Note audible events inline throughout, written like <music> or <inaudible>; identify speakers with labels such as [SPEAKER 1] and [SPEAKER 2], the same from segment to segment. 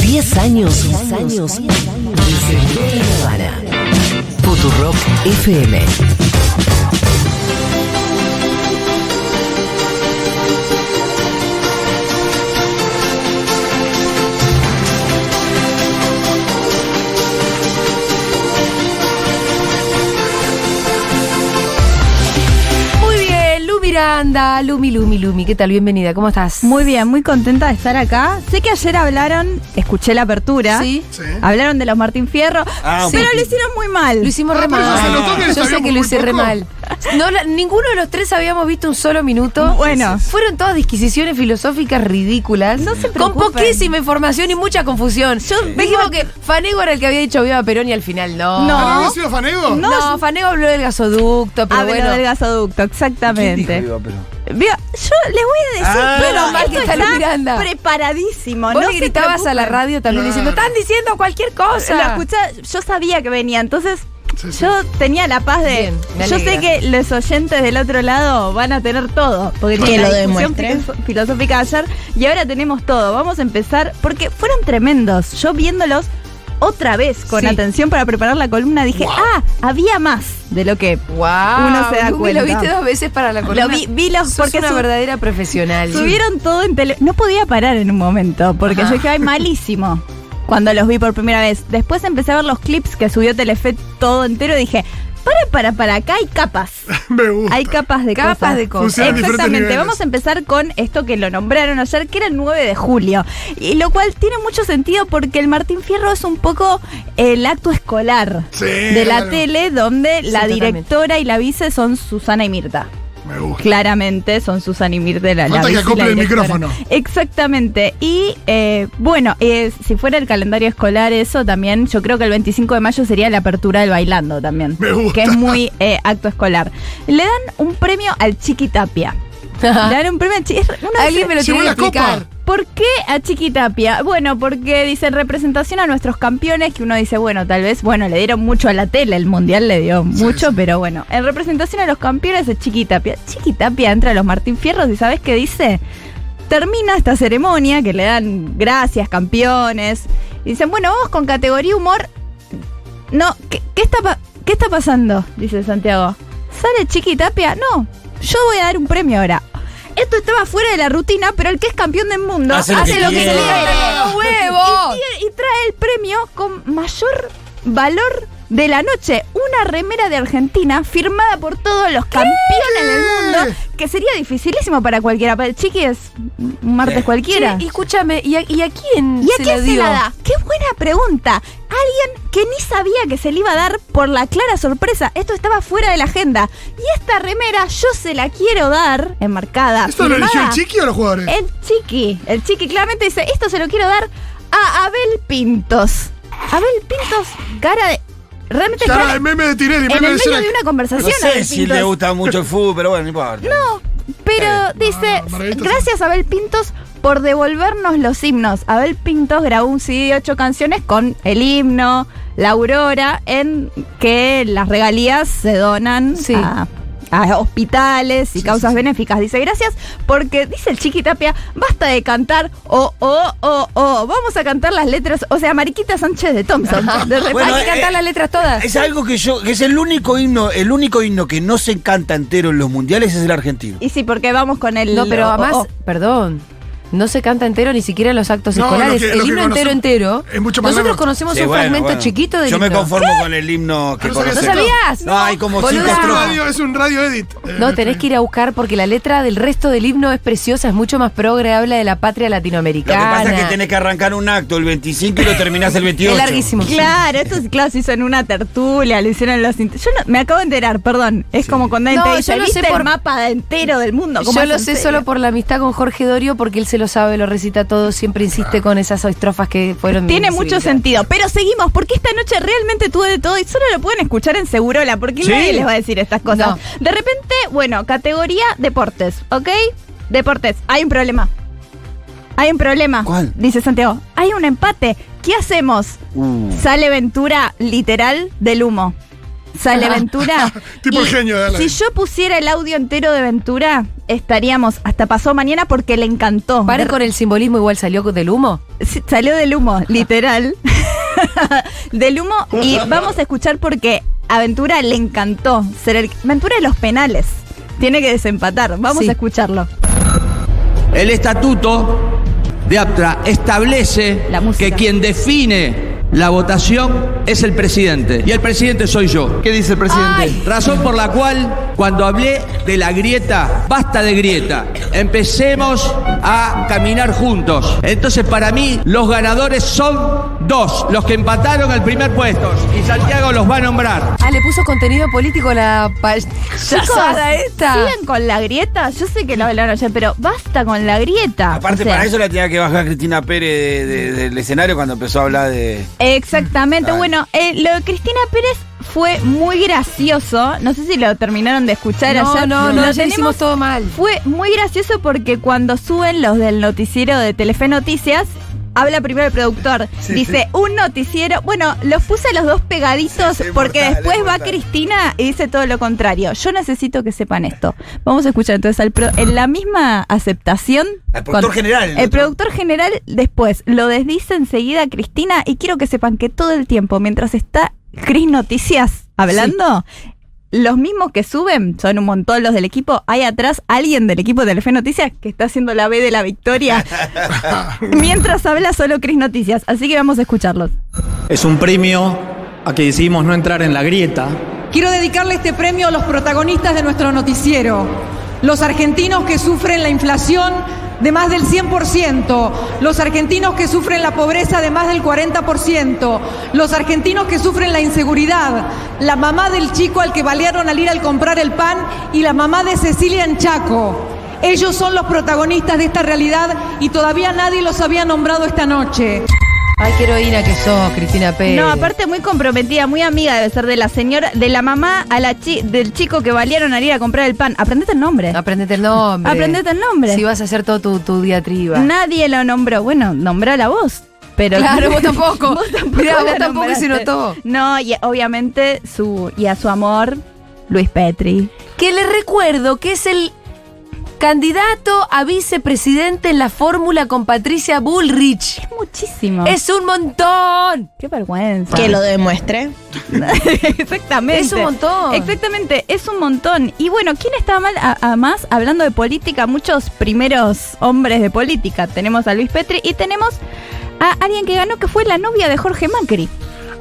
[SPEAKER 1] 10 años, 10 años, Nirvana. Futurock FM.
[SPEAKER 2] Muy bien, Lu Miranda, Lumi, Lumi, Lumi, ¿qué tal? Bienvenida, ¿cómo estás?
[SPEAKER 3] Muy bien, muy contenta de estar acá. Sé que ayer hablaron, escuché la apertura.
[SPEAKER 2] Sí.
[SPEAKER 4] Sí.
[SPEAKER 3] Hablaron de los Martín Fierro,
[SPEAKER 4] Ah,
[SPEAKER 3] pero
[SPEAKER 4] sí.
[SPEAKER 3] lo hicieron muy mal.
[SPEAKER 2] Lo hicimos re
[SPEAKER 4] Ah, pero se notó
[SPEAKER 2] mal.
[SPEAKER 4] que
[SPEAKER 2] Yo sé
[SPEAKER 4] sabíamos
[SPEAKER 2] que lo
[SPEAKER 4] muy
[SPEAKER 2] hice re
[SPEAKER 4] poco.
[SPEAKER 2] mal. No, la- ninguno de los tres habíamos visto un solo minuto.
[SPEAKER 3] Bueno.
[SPEAKER 2] Fueron todas disquisiciones filosóficas ridículas.
[SPEAKER 3] No se
[SPEAKER 2] con
[SPEAKER 3] preocupen.
[SPEAKER 2] poquísima información y mucha confusión. Yo me dijo que Fanego era el que había dicho viva Perón y al final no.
[SPEAKER 3] No.
[SPEAKER 4] ¿Había sido Fanego?
[SPEAKER 2] No,
[SPEAKER 3] <laughs>
[SPEAKER 2] Fanego habló del gasoducto, pero
[SPEAKER 3] Habló
[SPEAKER 2] bueno.
[SPEAKER 3] Ah, del gasoducto, exactamente.
[SPEAKER 5] dijo, pero?
[SPEAKER 3] Vio, yo les voy a decir,
[SPEAKER 5] Ah.
[SPEAKER 3] pero
[SPEAKER 2] Menos mal que
[SPEAKER 3] esto
[SPEAKER 2] está Lu Miranda.
[SPEAKER 3] preparadísimo.
[SPEAKER 2] Vos
[SPEAKER 3] no
[SPEAKER 2] le
[SPEAKER 3] se
[SPEAKER 2] gritabas a la
[SPEAKER 3] preocupen.
[SPEAKER 2] radio también diciendo, están diciendo cualquier cosa.
[SPEAKER 3] Lo escuchá- yo sabía que venía, entonces
[SPEAKER 4] Sí, sí.
[SPEAKER 3] yo tenía la paz de.
[SPEAKER 2] Bien, me
[SPEAKER 3] yo sé
[SPEAKER 2] alegra.
[SPEAKER 3] que los oyentes del otro lado van a tener todo. Porque
[SPEAKER 6] Que
[SPEAKER 3] tuvimos
[SPEAKER 6] lo
[SPEAKER 3] la discusión
[SPEAKER 6] demuestren.
[SPEAKER 3] filoso- filosófica ayer y ahora tenemos todo. Vamos a empezar porque fueron tremendos. Yo viéndolos otra vez con
[SPEAKER 2] Sí.
[SPEAKER 3] atención para preparar la columna dije, ah, había más de lo que.
[SPEAKER 2] Wow,
[SPEAKER 3] Uno se da
[SPEAKER 2] Lo
[SPEAKER 3] cuenta.
[SPEAKER 2] viste dos veces para la columna.
[SPEAKER 3] Lo vi- vi los-
[SPEAKER 2] Sos
[SPEAKER 3] porque
[SPEAKER 2] una
[SPEAKER 3] su-
[SPEAKER 2] verdadera profesional.
[SPEAKER 3] Subieron todo en tele. No podía parar en un momento porque
[SPEAKER 2] Ajá.
[SPEAKER 3] yo dije, ay, malísimo. Cuando los vi por primera vez. Después empecé a ver los clips que subió Telefe todo entero y dije, para, para, para, acá hay capas.
[SPEAKER 4] Me gusta.
[SPEAKER 3] Hay capas de
[SPEAKER 2] Capas
[SPEAKER 3] cosas.
[SPEAKER 2] de cosas.
[SPEAKER 4] Funciona en diferentes
[SPEAKER 3] Exactamente.
[SPEAKER 4] niveles.
[SPEAKER 3] Vamos a empezar con esto que lo nombraron ayer, que era el 9 de julio. Y lo cual tiene mucho sentido porque el Martín Fierro es un poco el acto escolar
[SPEAKER 4] Sí,
[SPEAKER 3] de la
[SPEAKER 4] claro.
[SPEAKER 3] tele, donde la
[SPEAKER 2] totalmente.
[SPEAKER 3] directora y la vice son Susana y Mirta.
[SPEAKER 4] Me gusta.
[SPEAKER 3] Claramente son Susana y Mirta la, la
[SPEAKER 4] Falta que
[SPEAKER 3] vice y la
[SPEAKER 4] acople el
[SPEAKER 3] directora.
[SPEAKER 4] micrófono.
[SPEAKER 3] Exactamente. Y eh, bueno, eh, si fuera el calendario escolar, eso también, yo creo que el 25 de mayo sería la apertura del bailando también.
[SPEAKER 4] Me gusta.
[SPEAKER 3] Que es muy eh, acto escolar. Le dan un premio al
[SPEAKER 2] <laughs>
[SPEAKER 3] Chiqui Tapia. Le dan un premio al Chiqui. es una de
[SPEAKER 2] Alguien me lo
[SPEAKER 4] Llegó
[SPEAKER 2] tiene que
[SPEAKER 4] la copa.
[SPEAKER 2] explicar.
[SPEAKER 3] ¿Por qué a Chiquitapia? Bueno, porque dicen representación a nuestros campeones, que uno dice, bueno, tal vez, bueno, le dieron mucho a la tele, el mundial le dio mucho, pero bueno, en representación a los campeones de Chiquitapia. Chiquitapia entra a los Martín Fierros y ¿sabes qué dice? Termina esta ceremonia que le dan gracias, campeones, y dicen, bueno, vamos con categoría humor. No, ¿qué, qué está, pa- qué está pasando? Dice Santiago. ¿Sale Chiquitapia? No, yo voy a dar un premio ahora. Esto estaba fuera de la rutina, pero el que es campeón del mundo
[SPEAKER 5] Hace lo que quiere.
[SPEAKER 2] ¡Los
[SPEAKER 3] y,
[SPEAKER 2] huevos!
[SPEAKER 3] tiene- y trae el premio con mayor valor de la noche. Una remera de Argentina firmada por todos los campeones del mundo, que sería dificilísimo para cualquiera. Para el chiqui es un martes
[SPEAKER 5] Sí.
[SPEAKER 3] cualquiera.
[SPEAKER 2] Che, escúchame, ¿y a, y a quién
[SPEAKER 3] ¿Y a
[SPEAKER 2] se
[SPEAKER 3] quién
[SPEAKER 2] la
[SPEAKER 3] se
[SPEAKER 2] dio?
[SPEAKER 3] la da? ¡Qué buena pregunta! Alguien que ni sabía que se le iba a dar por la clara sorpresa. Esto estaba fuera de la agenda. Y esta remera yo se la quiero dar, enmarcada.
[SPEAKER 4] ¿Esto lo eligió el
[SPEAKER 3] firmada,
[SPEAKER 4] chiqui o los jugadores?
[SPEAKER 3] el chiqui, el chiqui claramente dice, esto se lo quiero dar a Abel Pintos. Abel Pintos, cara de... Realmente
[SPEAKER 4] Cara
[SPEAKER 3] cara-
[SPEAKER 4] de meme de
[SPEAKER 3] en
[SPEAKER 4] Tirelli, meme
[SPEAKER 3] el
[SPEAKER 4] de
[SPEAKER 3] medio
[SPEAKER 4] Shrek.
[SPEAKER 3] de una
[SPEAKER 5] No
[SPEAKER 3] conversación.
[SPEAKER 5] sé
[SPEAKER 3] Abel
[SPEAKER 5] si
[SPEAKER 3] Pintos.
[SPEAKER 5] le gusta mucho el fútbol, pero bueno, no importa. Eh, No.
[SPEAKER 3] Pero dice,
[SPEAKER 4] Ah, maravilloso.
[SPEAKER 3] gracias Abel Pintos por devolvernos los himnos. Abel Pintos grabó un CD de ocho canciones con el himno, la aurora, en que las regalías se donan
[SPEAKER 2] Sí.
[SPEAKER 3] a, a hospitales y causas benéficas. Dice, gracias porque, dice el Chiqui Tapia, basta de cantar o, o, o, o. Vamos a cantar las letras, o sea, Mariquita Sánchez de Thompson. De repente-
[SPEAKER 5] Bueno,
[SPEAKER 2] Hay que
[SPEAKER 5] eh,
[SPEAKER 2] cantar las letras todas.
[SPEAKER 5] Es algo que yo, que es el único himno, el único himno que no se canta entero en los mundiales es el argentino.
[SPEAKER 3] y sí, porque vamos con el...
[SPEAKER 2] No, pero
[SPEAKER 3] o, o,
[SPEAKER 2] además,
[SPEAKER 3] o.
[SPEAKER 2] perdón. No se canta entero ni siquiera en los actos
[SPEAKER 4] No,
[SPEAKER 2] escolares.
[SPEAKER 4] lo que-
[SPEAKER 2] el
[SPEAKER 4] lo que
[SPEAKER 2] himno entero,
[SPEAKER 4] conocemos-
[SPEAKER 2] entero.
[SPEAKER 4] es mucho más
[SPEAKER 2] Nosotros
[SPEAKER 4] largo.
[SPEAKER 2] conocemos
[SPEAKER 5] Sí,
[SPEAKER 2] un
[SPEAKER 5] bueno,
[SPEAKER 2] fragmento
[SPEAKER 5] bueno.
[SPEAKER 2] chiquito del
[SPEAKER 5] Yo me
[SPEAKER 2] himno.
[SPEAKER 5] conformo con el himno que
[SPEAKER 4] No sabía-
[SPEAKER 5] conocemos.
[SPEAKER 2] ¿No sabías?
[SPEAKER 5] No, hay como cinco
[SPEAKER 2] Boluda.
[SPEAKER 4] Es un
[SPEAKER 2] Ah.
[SPEAKER 5] estrofas.
[SPEAKER 4] radio- Es un radio edit. Eh,
[SPEAKER 2] No, tenés que ir a buscar porque la letra del resto del himno es preciosa, es mucho más progre, habla de la patria
[SPEAKER 5] Lo que
[SPEAKER 2] latinoamericana.
[SPEAKER 5] pasa es que tenés que arrancar un acto el 25 y lo terminás el 28.
[SPEAKER 2] Es larguísimo.
[SPEAKER 3] Claro, esto es claro, se hizo en una tertulia, lo hicieron en los. int- Yo no- me acabo de enterar, perdón. Es como cuando
[SPEAKER 2] No,
[SPEAKER 3] alguien te
[SPEAKER 2] yo
[SPEAKER 3] dice,
[SPEAKER 2] lo
[SPEAKER 3] "¿Viste
[SPEAKER 2] sé por-
[SPEAKER 3] el mapa entero del mundo. ¿Cómo
[SPEAKER 2] Yo
[SPEAKER 3] es
[SPEAKER 2] lo
[SPEAKER 3] en
[SPEAKER 2] sé
[SPEAKER 3] serio?".
[SPEAKER 2] solo por la amistad con Jorge Dorio porque él se lo sabe, lo recita todo, siempre insiste con esas estrofas que fueron.
[SPEAKER 3] Tiene
[SPEAKER 2] mis
[SPEAKER 3] mucho
[SPEAKER 2] habilidades.
[SPEAKER 3] sentido, pero seguimos porque esta noche realmente tuve de todo y solo lo pueden escuchar en Segurola porque
[SPEAKER 5] Sí.
[SPEAKER 3] nadie les va a decir estas cosas.
[SPEAKER 2] No.
[SPEAKER 3] De repente, bueno, categoría deportes, ¿ok? Deportes, hay un problema. Hay un problema.
[SPEAKER 5] ¿Cuál?
[SPEAKER 3] Dice Santiago, hay un empate. ¿Qué hacemos?
[SPEAKER 4] Mm.
[SPEAKER 5] Uh.
[SPEAKER 3] Sale Ventura literal del humo. sale Ventura.
[SPEAKER 4] Ah. <laughs> Tipo
[SPEAKER 3] Y
[SPEAKER 4] el genio de Alan.
[SPEAKER 3] Si yo pusiera el audio entero de Ventura, estaríamos hasta pasado mañana porque le encantó.
[SPEAKER 2] Pare con el simbolismo, igual salió del humo.
[SPEAKER 3] Sí, Salió del humo, literal. <laughs> del humo y vamos a escuchar porque a Ventura le encantó ser el... Ventura de los penales. Tiene que desempatar. Vamos
[SPEAKER 2] Sí.
[SPEAKER 3] a escucharlo.
[SPEAKER 6] El estatuto de APTRA establece
[SPEAKER 3] La música.
[SPEAKER 6] que quien define la votación es el presidente. Y el presidente soy yo. ¿Qué dice el presidente? Razón por la cual, cuando hablé de la grieta, basta de grieta. Empecemos a caminar juntos. Entonces, para mí, los ganadores son dos. Los que empataron al primer puesto. Y Santiago los va a nombrar.
[SPEAKER 2] Ah, le puso contenido político la <laughs>
[SPEAKER 3] Chicos,
[SPEAKER 2] payasada esta.
[SPEAKER 3] sigan con la grieta. Yo sé que lo hablaron ayer, pero basta con la grieta. O
[SPEAKER 5] Aparte,
[SPEAKER 3] sea,
[SPEAKER 5] para eso la tenía que bajar Cristina Pérez de- de- del escenario cuando empezó a hablar de.
[SPEAKER 3] Exactamente.
[SPEAKER 5] Dale.
[SPEAKER 3] Bueno, eh, lo de Cristina Pérez fue muy gracioso. No sé si lo terminaron de escuchar
[SPEAKER 2] No,
[SPEAKER 3] ayer.
[SPEAKER 2] no, no,
[SPEAKER 3] Lo
[SPEAKER 2] ya hicimos todo mal.
[SPEAKER 3] Fue muy gracioso porque cuando suben los del noticiero de Telefe Noticias, habla primero el productor. dice, un noticiero. Bueno, los puse a los dos pegaditos
[SPEAKER 5] Sí, sí,
[SPEAKER 3] porque
[SPEAKER 5] mortal,
[SPEAKER 3] después
[SPEAKER 5] es
[SPEAKER 3] va
[SPEAKER 5] mortal.
[SPEAKER 3] Cristina y dice todo lo contrario. Yo necesito que sepan esto. Vamos a escuchar entonces al pro- en la misma aceptación.
[SPEAKER 5] Al productor general, el
[SPEAKER 3] El
[SPEAKER 5] otro.
[SPEAKER 3] productor general después lo desdice enseguida a Cristina y quiero que sepan que todo el tiempo, mientras está Cris Noticias hablando, los mismos que suben, son un montón los del equipo, hay atrás alguien del equipo de Telefe Noticias que está haciendo la B de la victoria. Mientras habla solo Cris Noticias, así que vamos a escucharlos.
[SPEAKER 7] Es un premio a que decidimos no entrar en la grieta.
[SPEAKER 8] Quiero dedicarle este premio a los protagonistas de nuestro noticiero, los argentinos que sufren la inflación de más del 100%, los argentinos que sufren la pobreza de más del 40%, los argentinos que sufren la inseguridad, la mamá del chico al que balearon al ir al comprar el pan y la mamá de Cecilia en Chaco. Ellos son los protagonistas de esta realidad y todavía nadie los había nombrado esta noche.
[SPEAKER 2] Ay, qué heroína que sos, Cristina Pérez.
[SPEAKER 3] No, aparte muy comprometida, muy amiga debe ser de la señora, de la mamá a la chi- del chico que valieron al ir a comprar el pan. Aprendete el nombre.
[SPEAKER 2] Aprendete el nombre.
[SPEAKER 3] Aprendete el nombre.
[SPEAKER 2] Si vas a hacer todo tu, tu diatriba.
[SPEAKER 3] Nadie lo nombró. Bueno, nombró la voz. Pero
[SPEAKER 2] Claro, <laughs> vos tampoco.
[SPEAKER 3] vos tampoco,
[SPEAKER 2] Mirá,
[SPEAKER 3] la
[SPEAKER 2] vos tampoco
[SPEAKER 3] nombraste.
[SPEAKER 2] se notó.
[SPEAKER 3] No, y obviamente su y a su amor, Luis Petri.
[SPEAKER 2] Que le recuerdo que es el candidato a vicepresidente en la fórmula con Patricia Bullrich.
[SPEAKER 3] Muchísimo.
[SPEAKER 2] Es un montón.
[SPEAKER 3] qué vergüenza.
[SPEAKER 9] Que lo demuestre.
[SPEAKER 3] <laughs> Exactamente.
[SPEAKER 2] Es un montón.
[SPEAKER 3] Exactamente, es un montón. Y bueno, ¿quién está mal? A- Además, hablando de política, muchos primeros hombres de política. Tenemos a Luis Petri y tenemos a alguien que ganó, que fue la novia de Jorge Macri.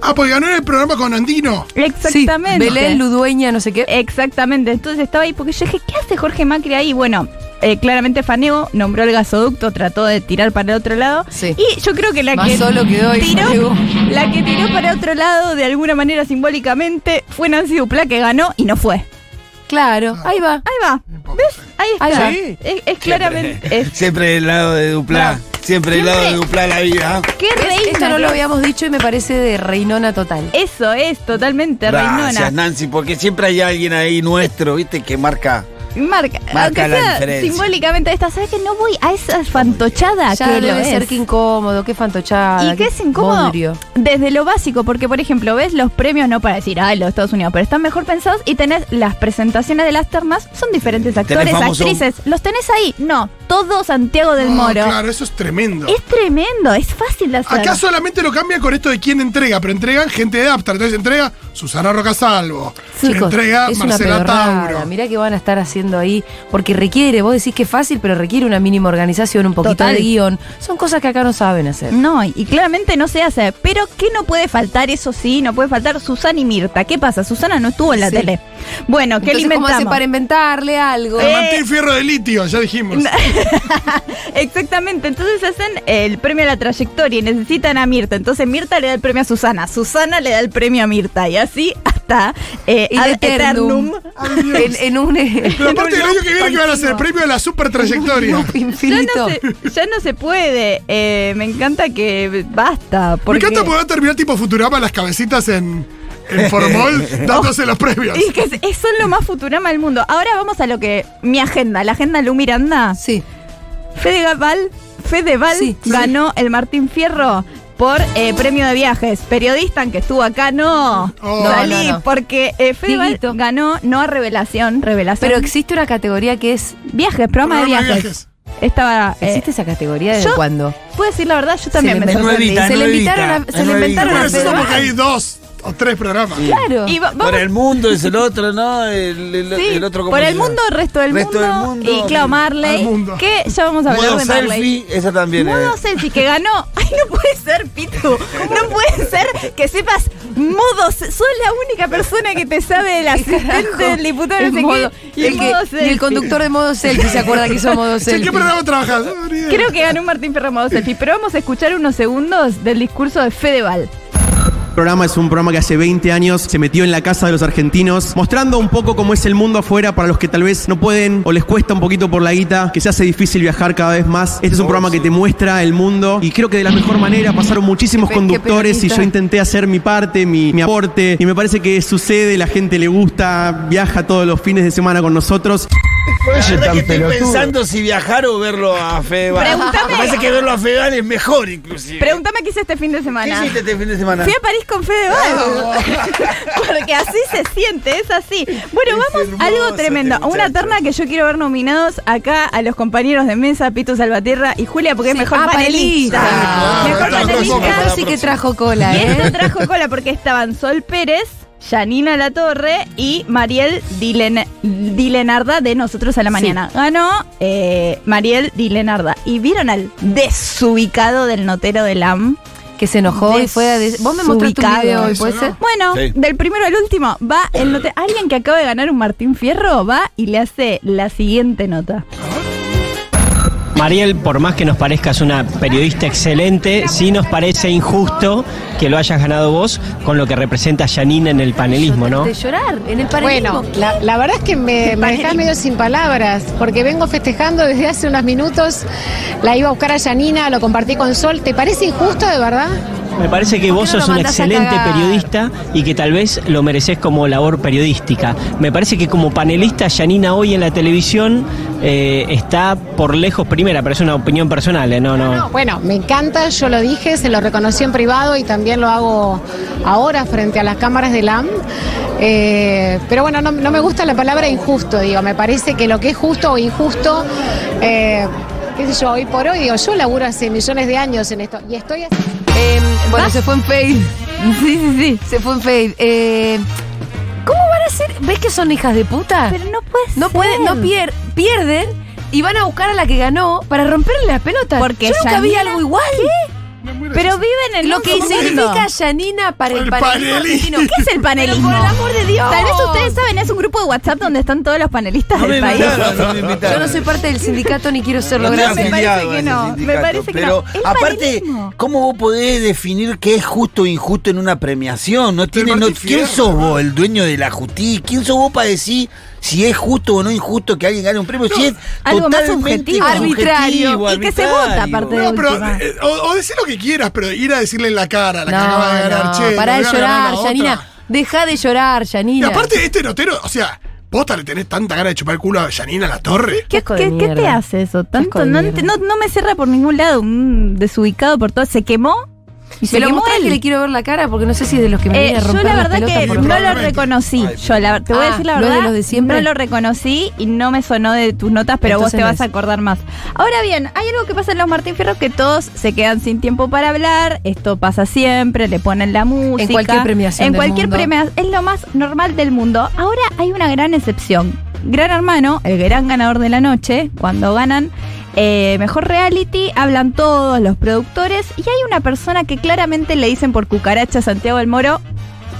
[SPEAKER 4] Ah, pues ganó en el programa con Andino.
[SPEAKER 3] Exactamente.
[SPEAKER 2] Sí, Belén Ludueña, no sé qué.
[SPEAKER 3] Exactamente, entonces estaba ahí porque yo dije, ¿qué hace Jorge Macri ahí? Bueno, eh, claramente Faneo nombró el gasoducto, trató de tirar para el otro lado.
[SPEAKER 2] Sí.
[SPEAKER 3] Y yo creo que la
[SPEAKER 2] Más
[SPEAKER 3] que
[SPEAKER 2] solo quedó ahí,
[SPEAKER 3] tiró,
[SPEAKER 2] Faneo.
[SPEAKER 3] la que tiró para otro lado de alguna manera simbólicamente fue Nancy Duplá que ganó y no fue.
[SPEAKER 2] Claro, ahí va.
[SPEAKER 3] Ahí va, ¿ves? Ahí está.
[SPEAKER 2] Ahí va.
[SPEAKER 5] Sí.
[SPEAKER 3] Es, es claramente... es-
[SPEAKER 5] Siempre del lado de Duplá. Siempre del lado de Duplá la vida. ¿eh?
[SPEAKER 3] ¡Qué
[SPEAKER 2] Es-
[SPEAKER 3] reina!
[SPEAKER 2] Esto no lo
[SPEAKER 3] que es.
[SPEAKER 2] habíamos dicho y me parece de reinona total.
[SPEAKER 3] Eso es, totalmente
[SPEAKER 5] Gracias,
[SPEAKER 3] reinona.
[SPEAKER 5] Nancy, porque siempre hay alguien ahí nuestro, ¿viste? Que marca.
[SPEAKER 3] Marca,
[SPEAKER 5] Marca
[SPEAKER 3] aunque
[SPEAKER 5] la
[SPEAKER 3] sea
[SPEAKER 5] diferencia.
[SPEAKER 3] simbólicamente esta, ¿sabes que no voy a esa fantochada
[SPEAKER 2] Ya
[SPEAKER 3] que lo
[SPEAKER 2] debe
[SPEAKER 3] es?
[SPEAKER 2] ser que incómodo, qué fantochada.
[SPEAKER 3] Y que es incómodo
[SPEAKER 2] bodrio.
[SPEAKER 3] desde lo básico, porque por ejemplo, ves los premios no para decir, ah, los Estados Unidos, pero están mejor pensados y tenés las presentaciones de las termas, son diferentes actores,
[SPEAKER 5] famoso-
[SPEAKER 3] actrices, los tenés ahí, no, todo Santiago del
[SPEAKER 4] No,
[SPEAKER 3] Moro. Este
[SPEAKER 4] Claro, eso es tremendo.
[SPEAKER 3] Es tremendo, es fácil de hacer.
[SPEAKER 4] Acá solamente lo cambian con esto de quién entrega, pero entregan gente de Aptar. Entonces entrega Susana Rocasalvo.
[SPEAKER 2] Chicos,
[SPEAKER 4] entrega
[SPEAKER 2] es una
[SPEAKER 4] Marcela
[SPEAKER 2] pedorrada.
[SPEAKER 4] Tauro.
[SPEAKER 2] Mirá que van a estar haciendo ahí, porque requiere, vos decís que es fácil, pero requiere una mínima organización, un poquito
[SPEAKER 3] Total. Mm.
[SPEAKER 2] de guión. Son cosas que acá no saben hacer.
[SPEAKER 3] No, y claramente no se hace. Pero ¿qué no puede faltar? Eso sí, no puede faltar Susana y Mirta. ¿Qué pasa? Susana no estuvo en la
[SPEAKER 2] Sí.
[SPEAKER 3] tele. Bueno, ¿qué le
[SPEAKER 2] Entonces, ¿cómo hacen
[SPEAKER 3] inventamos? Eh,
[SPEAKER 2] para inventarle algo?
[SPEAKER 4] San Martín Fierro de Litio,
[SPEAKER 3] <laughs>
[SPEAKER 4] ya dijimos.
[SPEAKER 3] Exactamente, entonces hacen el premio a la trayectoria y necesitan a Mirta. Entonces Mirta le da el premio a Susana, Susana le da el premio a Mirta y así hasta eh,
[SPEAKER 2] Y
[SPEAKER 3] ad
[SPEAKER 2] de Eternum.
[SPEAKER 3] eternum.
[SPEAKER 4] Ay, Dios.
[SPEAKER 2] En, en un. eh,
[SPEAKER 3] <laughs>
[SPEAKER 4] Pero aparte el año que viene que van a
[SPEAKER 2] continuo.
[SPEAKER 4] hacer premio de la super
[SPEAKER 2] en
[SPEAKER 4] trayectoria.
[SPEAKER 2] un
[SPEAKER 3] Ya
[SPEAKER 2] infinito.
[SPEAKER 3] no, se, ya no se puede. eh, me encanta que basta.
[SPEAKER 4] Me
[SPEAKER 3] Porque
[SPEAKER 4] encanta porque va a terminar tipo Futurama las cabecitas en, en Formol dándose los premios.
[SPEAKER 3] y que es- son lo más futurama del mundo. Ahora vamos a lo que. Mi agenda, la agenda Lu Miranda.
[SPEAKER 2] Sí.
[SPEAKER 3] Fede Val, Fede Val
[SPEAKER 2] Sí, sí.
[SPEAKER 3] ganó el Martín Fierro por eh, premio de viajes. Periodista, que estuvo acá, no.
[SPEAKER 4] Oh.
[SPEAKER 3] Salí,
[SPEAKER 2] No, no, no.
[SPEAKER 3] porque eh, Fedeval
[SPEAKER 2] Dieguito.
[SPEAKER 3] ganó no a revelación, revelación.
[SPEAKER 2] Pero existe una categoría que es.
[SPEAKER 3] viajes, programa,
[SPEAKER 4] Programa
[SPEAKER 3] de viajes. Estaba. eh,
[SPEAKER 2] ¿Existe esa categoría desde
[SPEAKER 3] yo-
[SPEAKER 2] cuándo?
[SPEAKER 3] Puedo decir la verdad, yo también
[SPEAKER 2] le
[SPEAKER 3] me
[SPEAKER 2] inventó-
[SPEAKER 3] sorprendí.
[SPEAKER 5] nuevita,
[SPEAKER 2] Se le
[SPEAKER 5] nuevita,
[SPEAKER 2] invitaron a- se le
[SPEAKER 5] nuevita.
[SPEAKER 2] inventaron
[SPEAKER 4] Bueno,
[SPEAKER 2] a
[SPEAKER 4] eso
[SPEAKER 2] Fede.
[SPEAKER 4] porque hay dos o tres programas.
[SPEAKER 2] Claro.
[SPEAKER 3] Y va-
[SPEAKER 5] Por
[SPEAKER 3] Ah, vamos-
[SPEAKER 5] el mundo es el otro, ¿no? El, el-
[SPEAKER 3] sí,
[SPEAKER 5] el otro ¿cómo
[SPEAKER 3] por
[SPEAKER 5] se
[SPEAKER 3] el
[SPEAKER 5] llama?
[SPEAKER 3] mundo, resto del,
[SPEAKER 5] Resto
[SPEAKER 3] mundo,
[SPEAKER 5] del mundo.
[SPEAKER 3] y Clau Marley,
[SPEAKER 4] Al mundo.
[SPEAKER 3] que ya vamos a hablar
[SPEAKER 5] Modo
[SPEAKER 3] de
[SPEAKER 5] selfie,
[SPEAKER 3] Marley.
[SPEAKER 5] esa también
[SPEAKER 3] Modo
[SPEAKER 5] es.
[SPEAKER 3] selfie que ganó. <laughs> Ay, no puede ser, Pitu. No puede ser que sepas modos. Soy la única persona que te sabe el asistente del diputado.
[SPEAKER 2] El
[SPEAKER 3] no sé
[SPEAKER 2] modo-
[SPEAKER 3] qué. Y el,
[SPEAKER 2] el que-
[SPEAKER 3] modo
[SPEAKER 2] y el
[SPEAKER 3] selfie.
[SPEAKER 2] conductor de modo selfie se acuerda que hizo
[SPEAKER 3] <laughs>
[SPEAKER 2] modo
[SPEAKER 4] Che,
[SPEAKER 2] selfie.
[SPEAKER 4] ¿Qué programa trabajas? No, ni idea.
[SPEAKER 3] Creo que ganó un Martín Ferro modo selfie, pero vamos a escuchar unos segundos del discurso de Fedeval.
[SPEAKER 7] El programa es un programa que hace 20 años se metió en la casa de los argentinos, mostrando un poco cómo es el mundo afuera para los que tal vez no pueden o les cuesta un poquito por la guita, que se hace difícil viajar cada vez más. Este es un programa que te muestra el mundo y creo que de la mejor manera pasaron muchísimos
[SPEAKER 2] Qué pe- qué
[SPEAKER 7] conductores y yo
[SPEAKER 2] peronista.
[SPEAKER 7] intenté hacer mi parte, mi, mi aporte y me parece que sucede, la gente le gusta, viaja todos los fines de semana con nosotros.
[SPEAKER 5] La verdad que estoy pensando si viajar o verlo a Fedeval.
[SPEAKER 3] Pregúntame.
[SPEAKER 5] Me parece que verlo a Fedeval es mejor, inclusive.
[SPEAKER 3] Pregúntame qué hice este fin de
[SPEAKER 5] ¿Qué
[SPEAKER 3] semana.
[SPEAKER 5] hiciste este fin de semana?
[SPEAKER 3] Fui a París con Fedeval. <laughs> Porque así se siente, es así. Bueno,
[SPEAKER 5] Es
[SPEAKER 3] vamos a
[SPEAKER 5] hermoso
[SPEAKER 3] algo
[SPEAKER 5] este
[SPEAKER 3] tremendo. A una
[SPEAKER 5] muchacho.
[SPEAKER 3] terna que yo quiero ver nominados acá a los compañeros de mesa, Pitu Salvatierra y Julia, porque
[SPEAKER 2] Sí.
[SPEAKER 3] es mejor
[SPEAKER 2] Ah,
[SPEAKER 3] panelista.
[SPEAKER 2] panelista.
[SPEAKER 3] Mejor
[SPEAKER 4] Ah,
[SPEAKER 3] panelista.
[SPEAKER 4] tampoco.
[SPEAKER 2] Esto sí que trajo cola,
[SPEAKER 3] Y esto
[SPEAKER 2] ¿eh?
[SPEAKER 3] trajo cola porque estaban Sol Pérez, Janina La Torre y Mariel Dilen- Dilenarda de Nosotros a la Mañana. Ganó eh, Mariel Dilenarda. Y vieron al desubicado del notero de LAM.
[SPEAKER 2] Que se enojó y fue a des- Vos me mostraste un
[SPEAKER 3] Desubicado.
[SPEAKER 2] video hoy, ¿puede
[SPEAKER 4] Eso
[SPEAKER 2] ser?
[SPEAKER 4] no.
[SPEAKER 3] Bueno,
[SPEAKER 5] Sí.
[SPEAKER 3] del primero al último, va el notero. Alguien que acaba de ganar un Martín Fierro va y le hace la siguiente nota.
[SPEAKER 9] Mariel, por más que nos parezcas una periodista excelente, sí nos parece injusto que lo hayas ganado vos con lo que representa Janina en el panelismo, ¿no?
[SPEAKER 2] De llorar en el panelismo.
[SPEAKER 10] Bueno, la, la verdad es que me, me dejás medio sin palabras, porque vengo festejando desde hace unos minutos. La iba a buscar a Yanina, lo compartí con Sol. ¿Te parece injusto de verdad?
[SPEAKER 9] Me parece que vos
[SPEAKER 2] qué no lo
[SPEAKER 9] sos una
[SPEAKER 2] mandás a
[SPEAKER 9] excelente
[SPEAKER 2] cagar?
[SPEAKER 9] periodista y que tal vez lo mereces como labor periodística. Me parece que como panelista, Janina hoy en la televisión eh, está por lejos primera, pero es una opinión personal, ¿eh? No, no.
[SPEAKER 10] Bueno, me encanta, yo lo dije, se lo reconocí en privado y también lo hago ahora frente a las cámaras del AM. Eh, pero bueno, no, no me gusta la palabra injusto, digo, me parece que lo que es justo o injusto, eh, qué sé yo, hoy por hoy, digo, yo laburo hace millones de años en esto y estoy...
[SPEAKER 2] Eh, bueno, se fue en fade.
[SPEAKER 3] <laughs>
[SPEAKER 2] Sí, sí, sí. Se fue en fade. Eh, ¿Cómo van a ser? ¿Ves que son hijas de puta?
[SPEAKER 3] Pero no puede
[SPEAKER 2] no
[SPEAKER 3] ser.
[SPEAKER 2] pueden, no pier- pierden y van a buscar a la que ganó para romperle las pelotas.
[SPEAKER 3] Porque
[SPEAKER 2] Yo nunca vi
[SPEAKER 3] Yanina-
[SPEAKER 2] algo igual.
[SPEAKER 3] Pero viven en
[SPEAKER 2] Lo
[SPEAKER 3] un
[SPEAKER 2] que
[SPEAKER 3] mundo.
[SPEAKER 2] significa Yanina para el,
[SPEAKER 4] El
[SPEAKER 2] panelismo
[SPEAKER 4] panelismo.
[SPEAKER 2] argentino.
[SPEAKER 3] ¿Qué es el panelismo?
[SPEAKER 2] Pero por el amor de Dios.
[SPEAKER 3] Tal vez ustedes saben, es un grupo de WhatsApp donde están todos los panelistas
[SPEAKER 5] No me
[SPEAKER 3] del país.
[SPEAKER 5] invitaron, no me invitaron.
[SPEAKER 2] Yo no soy parte del sindicato ni quiero serlo.
[SPEAKER 5] No
[SPEAKER 3] me
[SPEAKER 5] estoy
[SPEAKER 2] Gracias.
[SPEAKER 3] parece
[SPEAKER 5] afiliado
[SPEAKER 3] que
[SPEAKER 5] a ese
[SPEAKER 3] no, me
[SPEAKER 5] sindicato,
[SPEAKER 3] parece que
[SPEAKER 5] pero
[SPEAKER 3] no. Es
[SPEAKER 5] aparte,
[SPEAKER 3] panelismo.
[SPEAKER 5] ¿cómo vos podés definir qué es justo o injusto en una premiación? No tiene,
[SPEAKER 4] Martín
[SPEAKER 5] no- ¿Quién
[SPEAKER 4] Fierro,
[SPEAKER 5] sos
[SPEAKER 4] hermano.
[SPEAKER 5] vos, el dueño de la justicia? ¿Quién sos vos para decir si es justo o no injusto que alguien gane un premio? si es
[SPEAKER 3] algo más
[SPEAKER 5] totalmente
[SPEAKER 3] subjetivo.
[SPEAKER 2] Arbitrario,
[SPEAKER 3] y que se vota,
[SPEAKER 5] arbitrario.
[SPEAKER 3] aparte.
[SPEAKER 4] No, pero
[SPEAKER 3] última.
[SPEAKER 4] eh, o, o decir lo que quieras, pero ir a decirle en la cara a la que acaba de ganar,
[SPEAKER 2] No,
[SPEAKER 4] che.
[SPEAKER 2] no, pará de
[SPEAKER 4] le voy a ganar a
[SPEAKER 2] llorar,
[SPEAKER 4] la
[SPEAKER 2] Yanina.
[SPEAKER 4] otra.
[SPEAKER 2] Deja de llorar,
[SPEAKER 4] Y
[SPEAKER 2] Yanina.
[SPEAKER 4] aparte, este notero, o sea, posta le tenés tanta gana de chupar el culo a Yanina La Torre.
[SPEAKER 3] ¿Qué,
[SPEAKER 2] Asco de
[SPEAKER 3] qué- qué te
[SPEAKER 2] mierda.
[SPEAKER 3] hace eso?
[SPEAKER 2] asco
[SPEAKER 3] Tanto,
[SPEAKER 2] de
[SPEAKER 3] no,
[SPEAKER 2] mierda.
[SPEAKER 3] ent- no, no me cierra por ningún lado, un desubicado por todo. Se quemó y se
[SPEAKER 2] me lo
[SPEAKER 3] quemó
[SPEAKER 2] mostrás
[SPEAKER 3] él.
[SPEAKER 2] que le quiero ver la cara porque no sé si es de los que me
[SPEAKER 3] Eh,
[SPEAKER 2] viene a
[SPEAKER 3] yo
[SPEAKER 2] romper
[SPEAKER 3] la
[SPEAKER 2] las
[SPEAKER 3] verdad
[SPEAKER 2] pelotas
[SPEAKER 3] que
[SPEAKER 2] por-
[SPEAKER 3] no lo
[SPEAKER 4] Probablemente.
[SPEAKER 3] reconocí.
[SPEAKER 5] Ay,
[SPEAKER 3] Yo la- te voy a
[SPEAKER 2] Ah,
[SPEAKER 3] decir la
[SPEAKER 2] ¿no es de
[SPEAKER 3] verdad.
[SPEAKER 2] los de siempre?
[SPEAKER 3] No lo reconocí y no me sonó de tus notas, pero
[SPEAKER 2] Entonces
[SPEAKER 3] vos te
[SPEAKER 2] no
[SPEAKER 3] vas
[SPEAKER 2] es.
[SPEAKER 3] a acordar más. Ahora bien, hay algo que pasa en los Martín Fierro que todos se quedan sin tiempo para hablar. Esto pasa siempre, le ponen la música.
[SPEAKER 2] cualquier premiación
[SPEAKER 3] En
[SPEAKER 2] del
[SPEAKER 3] cualquier
[SPEAKER 2] mundo.
[SPEAKER 3] premiación. Es lo más normal del mundo. Ahora hay una gran excepción. Gran hermano, el gran ganador de la noche, cuando ganan. eh, mejor reality, hablan todos los productores y hay una persona que claramente le dicen por cucaracha a Santiago del Moro,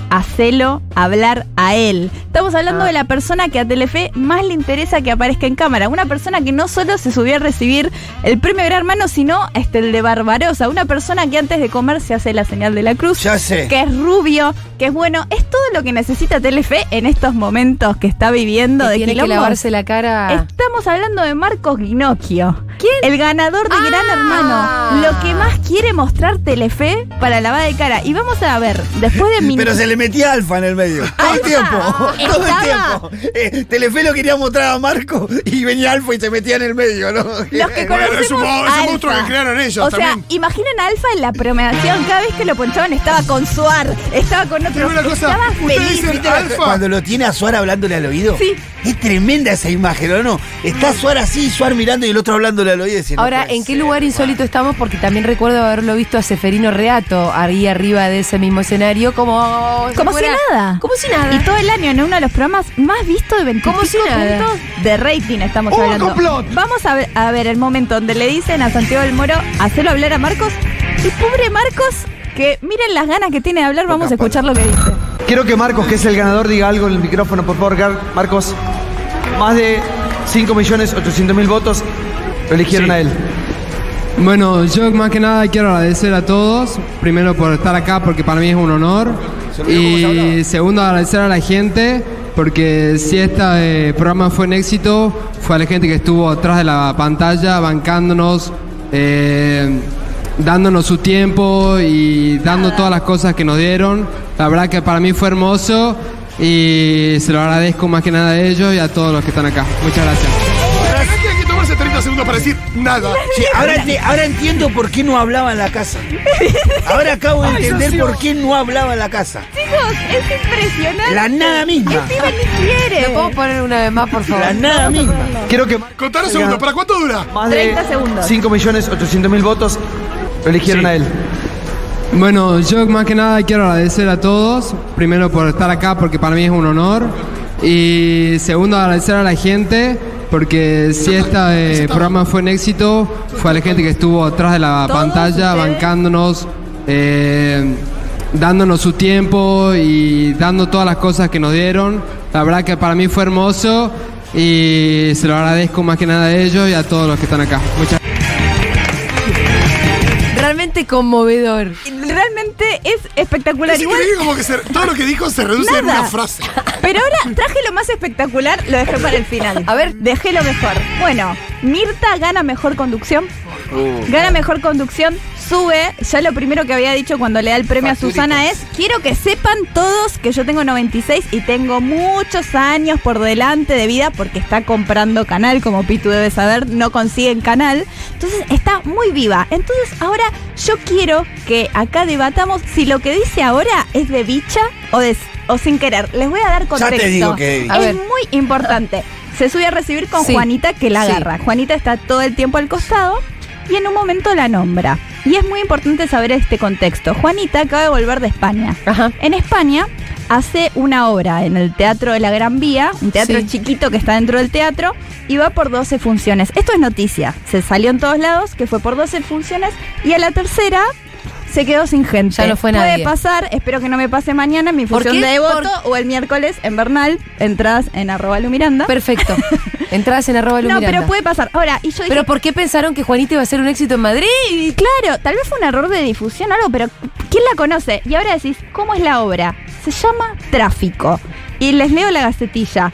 [SPEAKER 3] hacelo hablar a él. Estamos
[SPEAKER 2] Ah.
[SPEAKER 3] hablando de la persona que a Telefe más le interesa que aparezca en cámara. Una persona que no solo se subió a recibir el premio Gran Hermano, sino este, el de Barbarosa. Una persona que antes de comer se hace la señal de la cruz.
[SPEAKER 5] Ya
[SPEAKER 3] <laughs>
[SPEAKER 5] sé.
[SPEAKER 3] Que es rubio, que es bueno. Es todo lo que necesita Telefe en estos momentos que está viviendo
[SPEAKER 2] que
[SPEAKER 3] de
[SPEAKER 2] tiene que
[SPEAKER 3] quilombos.
[SPEAKER 2] lavarse la cara.
[SPEAKER 3] Estamos hablando de Marcos Ginocchio,
[SPEAKER 2] ¿Quién?
[SPEAKER 3] El ganador de Gran
[SPEAKER 2] Ah.
[SPEAKER 3] Hermano. Lo que más quiere mostrar Telefe para lavada de cara. Y vamos a ver,
[SPEAKER 4] <laughs>
[SPEAKER 3] después de mi.
[SPEAKER 5] Pero se le metía Alfa en el medio. Todo el tiempo. <laughs> Todo
[SPEAKER 3] Estaba-
[SPEAKER 5] el tiempo. Eh, Telefe lo quería mostrar a Marco y venía Alfa y se metía en el medio, ¿no?
[SPEAKER 3] Los que
[SPEAKER 4] eh, Bueno,
[SPEAKER 3] conocemos
[SPEAKER 4] es un mo- es un
[SPEAKER 3] Alfa.
[SPEAKER 4] monstruo que crearon ellos
[SPEAKER 3] O sea,
[SPEAKER 4] también.
[SPEAKER 3] imaginen a Alfa en la promedación. Cada vez que lo ponchaban estaba con Suar, estaba con
[SPEAKER 4] Pero
[SPEAKER 3] otro.
[SPEAKER 4] una cosa,
[SPEAKER 3] estaba
[SPEAKER 4] ustedes
[SPEAKER 3] feliz.
[SPEAKER 4] dicen alfa.
[SPEAKER 5] Cuando lo tiene a Suar hablándole al oído.
[SPEAKER 3] Sí.
[SPEAKER 5] Es tremenda esa imagen, ¿o no? Está Suar así, Suar mirando y el otro hablándole al oído. y diciendo,
[SPEAKER 2] Ahora,
[SPEAKER 5] "No puede
[SPEAKER 2] ¿en qué
[SPEAKER 5] ser".
[SPEAKER 2] lugar insólito estamos? Porque también recuerdo haberlo visto a Seferino Reato ahí arriba de ese mismo escenario, como.
[SPEAKER 3] Como si
[SPEAKER 2] fuera-
[SPEAKER 3] nada.
[SPEAKER 2] Como si nada.
[SPEAKER 3] Y todo el año en uno de los programas más vistos de 25
[SPEAKER 2] Como si nada.
[SPEAKER 3] puntos de rating estamos
[SPEAKER 4] ¡Hubo
[SPEAKER 3] hablando.
[SPEAKER 4] complot!
[SPEAKER 3] Vamos a ver, a ver el momento donde le dicen a Santiago del Moro, hacelo hablar a Marcos. Y pobre Marcos, que miren las ganas que tiene de hablar, vamos a escuchar lo que dice.
[SPEAKER 11] Quiero que Marcos, que es el ganador, diga algo en el micrófono, por favor, Gar- Marcos. Más de 5.800.000 votos lo eligieron a él.
[SPEAKER 7] Bueno, yo más que nada quiero agradecer a todos, primero por estar acá porque para mí es un honor y segundo agradecer a la gente porque si este eh, programa fue un éxito, fue a la gente que estuvo atrás de la pantalla bancándonos, eh, dándonos su tiempo y dando todas las cosas que nos dieron. La verdad que para mí fue hermoso y se lo agradezco más que nada a ellos y a todos los que están acá. Muchas gracias.
[SPEAKER 4] Pero no tiene que tomarse 30 segundos para decir nada.
[SPEAKER 5] Sí, ahora, enti- ahora entiendo por qué no hablaba en la casa. Ahora acabo de entender por qué no hablaba en la casa.
[SPEAKER 3] Chicos, es impresionante.
[SPEAKER 5] La nada misma.
[SPEAKER 3] Encima ni quiere.
[SPEAKER 2] ¿Lo puedo poner una vez más, por favor?
[SPEAKER 5] La nada misma.
[SPEAKER 11] Quiero que Marcos
[SPEAKER 4] Contar un
[SPEAKER 11] diga
[SPEAKER 4] segundo, ¿para cuánto dura?
[SPEAKER 11] más de
[SPEAKER 3] 30 segundos.
[SPEAKER 11] 5.800.000 votos lo eligieron
[SPEAKER 9] Sí.
[SPEAKER 11] a él.
[SPEAKER 7] Bueno, yo más que nada quiero agradecer a todos, primero por estar acá porque para mí es un honor y segundo agradecer a la gente porque si este eh, programa fue un éxito, fue a la gente que estuvo atrás de la
[SPEAKER 3] Todos
[SPEAKER 7] pantalla
[SPEAKER 3] ustedes.
[SPEAKER 7] bancándonos, eh, dándonos su tiempo y dando todas las cosas que nos dieron. La verdad que para mí fue hermoso y se lo agradezco más que nada a ellos y a todos los que están acá. Muchas
[SPEAKER 2] Realmente conmovedor.
[SPEAKER 3] Realmente es espectacular.
[SPEAKER 4] Es
[SPEAKER 3] Igual-
[SPEAKER 4] increíble como que se- todo lo que dijo se reduce en
[SPEAKER 3] Nada.
[SPEAKER 4] una frase.
[SPEAKER 3] Pero ahora traje lo más espectacular, lo dejé para el final. A ver, dejé lo mejor. Bueno, Mirta gana mejor conducción. Gana mejor conducción, sube. Ya lo primero que había dicho cuando le da el premio a Susana es: Quiero que sepan todos que yo tengo 96 y tengo muchos años por delante de vida porque está comprando canal, como Pitu debe saber, no consiguen canal. Entonces está muy viva. Entonces ahora yo quiero que acá debatamos si lo que dice ahora es de bicha o, de, o sin querer. Les voy a dar contexto.
[SPEAKER 5] te digo que es bicha.
[SPEAKER 2] A ver.
[SPEAKER 3] Es muy importante. Se sube a recibir con
[SPEAKER 2] Sí.
[SPEAKER 3] Juanita que la
[SPEAKER 2] Sí.
[SPEAKER 3] agarra. Juanita está todo el tiempo al costado y en un momento la nombra. Y es muy importante saber este contexto. Juanita acaba de volver de España.
[SPEAKER 2] Ajá.
[SPEAKER 3] En España hace una obra en el Teatro de la Gran Vía, un teatro
[SPEAKER 2] Sí.
[SPEAKER 3] chiquito que está dentro del teatro, y va por 12 funciones. Esto es noticia. Se salió en todos lados que fue por 12 funciones y a la tercera se quedó sin gente.
[SPEAKER 2] Ya no fue nadie.
[SPEAKER 3] Puede pasar, espero que no me pase mañana en mi
[SPEAKER 2] ¿Por
[SPEAKER 3] función
[SPEAKER 2] qué?
[SPEAKER 3] de voto
[SPEAKER 2] Por-
[SPEAKER 3] o el miércoles en Bernal, entradas en arroba lumiranda.
[SPEAKER 2] Perfecto. Entradas en arroba
[SPEAKER 3] <laughs> no,
[SPEAKER 2] Lumiranda.
[SPEAKER 3] pero puede pasar. Ahora, y yo dije,
[SPEAKER 2] ¿Pero por qué pensaron que Juanita iba a ser un éxito en Madrid?
[SPEAKER 3] Y claro, tal vez fue un error de difusión o algo, pero ¿quién la conoce? Y ahora decís, ¿cómo es la obra? Se llama Tráfico. Y les leo la gacetilla.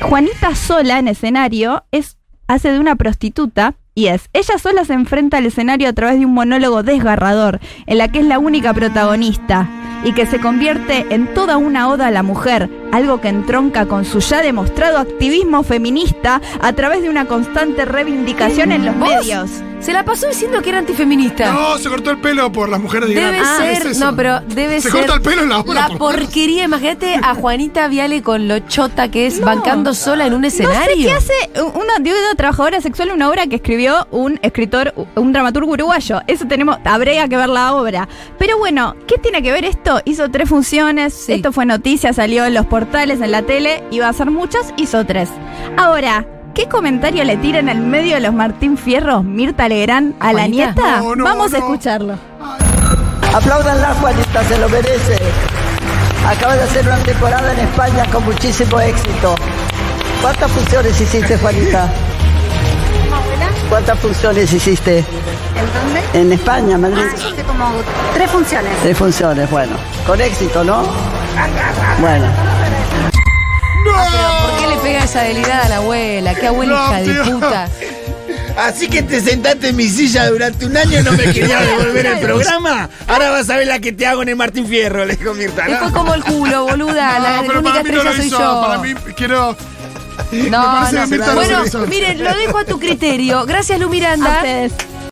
[SPEAKER 3] Juanita sola en escenario es, hace de una prostituta y es, ella sola se enfrenta al escenario a través de un monólogo desgarrador, en la que es la única protagonista y que se convierte en toda una oda a la mujer, algo que entronca con su ya demostrado activismo feminista a través de una constante reivindicación en los
[SPEAKER 2] ¿Vos?
[SPEAKER 3] medios.
[SPEAKER 2] Se la pasó diciendo que era antifeminista.
[SPEAKER 4] No, se cortó el pelo por las mujeres de
[SPEAKER 2] Debe
[SPEAKER 4] Irán. Ah,
[SPEAKER 2] ser,
[SPEAKER 4] es eso.
[SPEAKER 2] no, pero debe
[SPEAKER 4] Se
[SPEAKER 2] ser.
[SPEAKER 4] corta el pelo en la obra, por lo menos.
[SPEAKER 2] porquería. Imagínate a Juanita Viale con lo chota que es,
[SPEAKER 3] No.
[SPEAKER 2] bancando sola en un escenario.
[SPEAKER 3] No sé qué hace u- una, de una trabajadora sexual una obra que escribió un escritor, u- un dramaturgo uruguayo. Eso tenemos, habría que ver la obra. Pero bueno, ¿qué tiene que ver esto? Hizo tres funciones,
[SPEAKER 2] Sí.
[SPEAKER 3] esto fue noticia, salió en los portales, en la tele, iba a hacer muchas, hizo tres. Ahora, ¿qué comentario le tiran al medio de los Martín Fierros, Mirta Legrand, a la
[SPEAKER 2] Juanita.
[SPEAKER 3] nieta?
[SPEAKER 4] No, no,
[SPEAKER 3] Vamos a
[SPEAKER 4] no.
[SPEAKER 3] escucharlo.
[SPEAKER 11] Aplaudanla, Juanita, se lo merece. Acaba de hacer una temporada en España con muchísimo éxito. ¿Cuántas funciones hiciste, Juanita? ¿Cuántas funciones hiciste? ¿En dónde? En España, Madrid.
[SPEAKER 10] Tres funciones.
[SPEAKER 11] Tres funciones, bueno. Con éxito, ¿no? Bueno.
[SPEAKER 2] ¿Por qué le pega esa debilidad a la abuela? ¿Qué abuela
[SPEAKER 4] No,
[SPEAKER 2] hija de
[SPEAKER 4] tío.
[SPEAKER 2] puta?
[SPEAKER 5] Así que te sentaste en mi silla durante un año y no me querías devolver el programa. Ahora vas a ver la que te hago en el Martín Fierro, le dijo Mirta.
[SPEAKER 2] Te
[SPEAKER 5] ¿no?
[SPEAKER 2] fue como el culo, boluda.
[SPEAKER 4] Ah,
[SPEAKER 2] la
[SPEAKER 4] No, pero
[SPEAKER 2] única
[SPEAKER 4] para mí no
[SPEAKER 2] estrella
[SPEAKER 4] lo
[SPEAKER 2] soy
[SPEAKER 4] hizo.
[SPEAKER 2] yo.
[SPEAKER 4] Para mí, quiero.
[SPEAKER 2] No,
[SPEAKER 4] parece
[SPEAKER 2] no, no,
[SPEAKER 4] que Mirta
[SPEAKER 2] no.
[SPEAKER 4] no se lo
[SPEAKER 2] Bueno,
[SPEAKER 4] hizo.
[SPEAKER 2] miren, lo dejo a tu criterio. Gracias, Lu Miranda.
[SPEAKER 3] A ustedes.